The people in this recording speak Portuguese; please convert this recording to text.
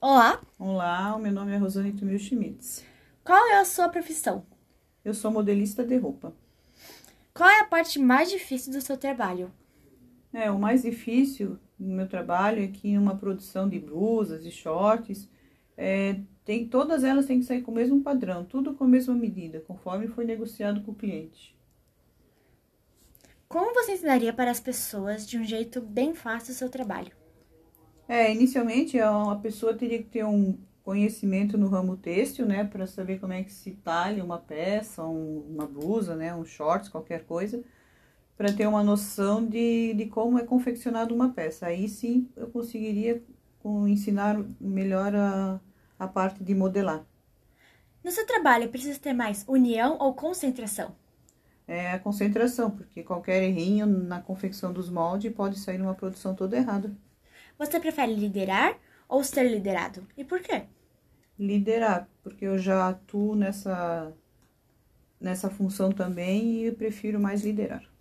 Olá, Olá, o meu nome é Rosane Tumil Schmitz. qual é a sua profissão? Eu sou modelista de roupa. Qual é a parte mais difícil do seu trabalho? É, o mais difícil no meu trabalho é que numa produção de blusas e shorts, é, tem, todas elas têm que sair com o mesmo padrão, tudo com a mesma medida, conforme foi negociado com o cliente. Como você ensinaria para as pessoas de um jeito bem fácil o seu trabalho? É, inicialmente a a pessoa teria que ter um conhecimento no ramo têxtil, né, para saber como é que se talha uma peça, um- uma blusa, né, um shorts, qualquer coisa, para ter uma noção de, de como é confeccionada uma peça. Aí sim eu conseguiria com- ensinar melhor a, a parte de modelar. No seu trabalho precisa ter mais união ou concentração? É a concentração, porque qualquer errinho na confecção dos moldes pode sair uma produção toda errada. Você prefere liderar ou ser liderado? E por quê? liderar, porque eu já atuo nessa, nessa função também e eu prefiro mais liderar.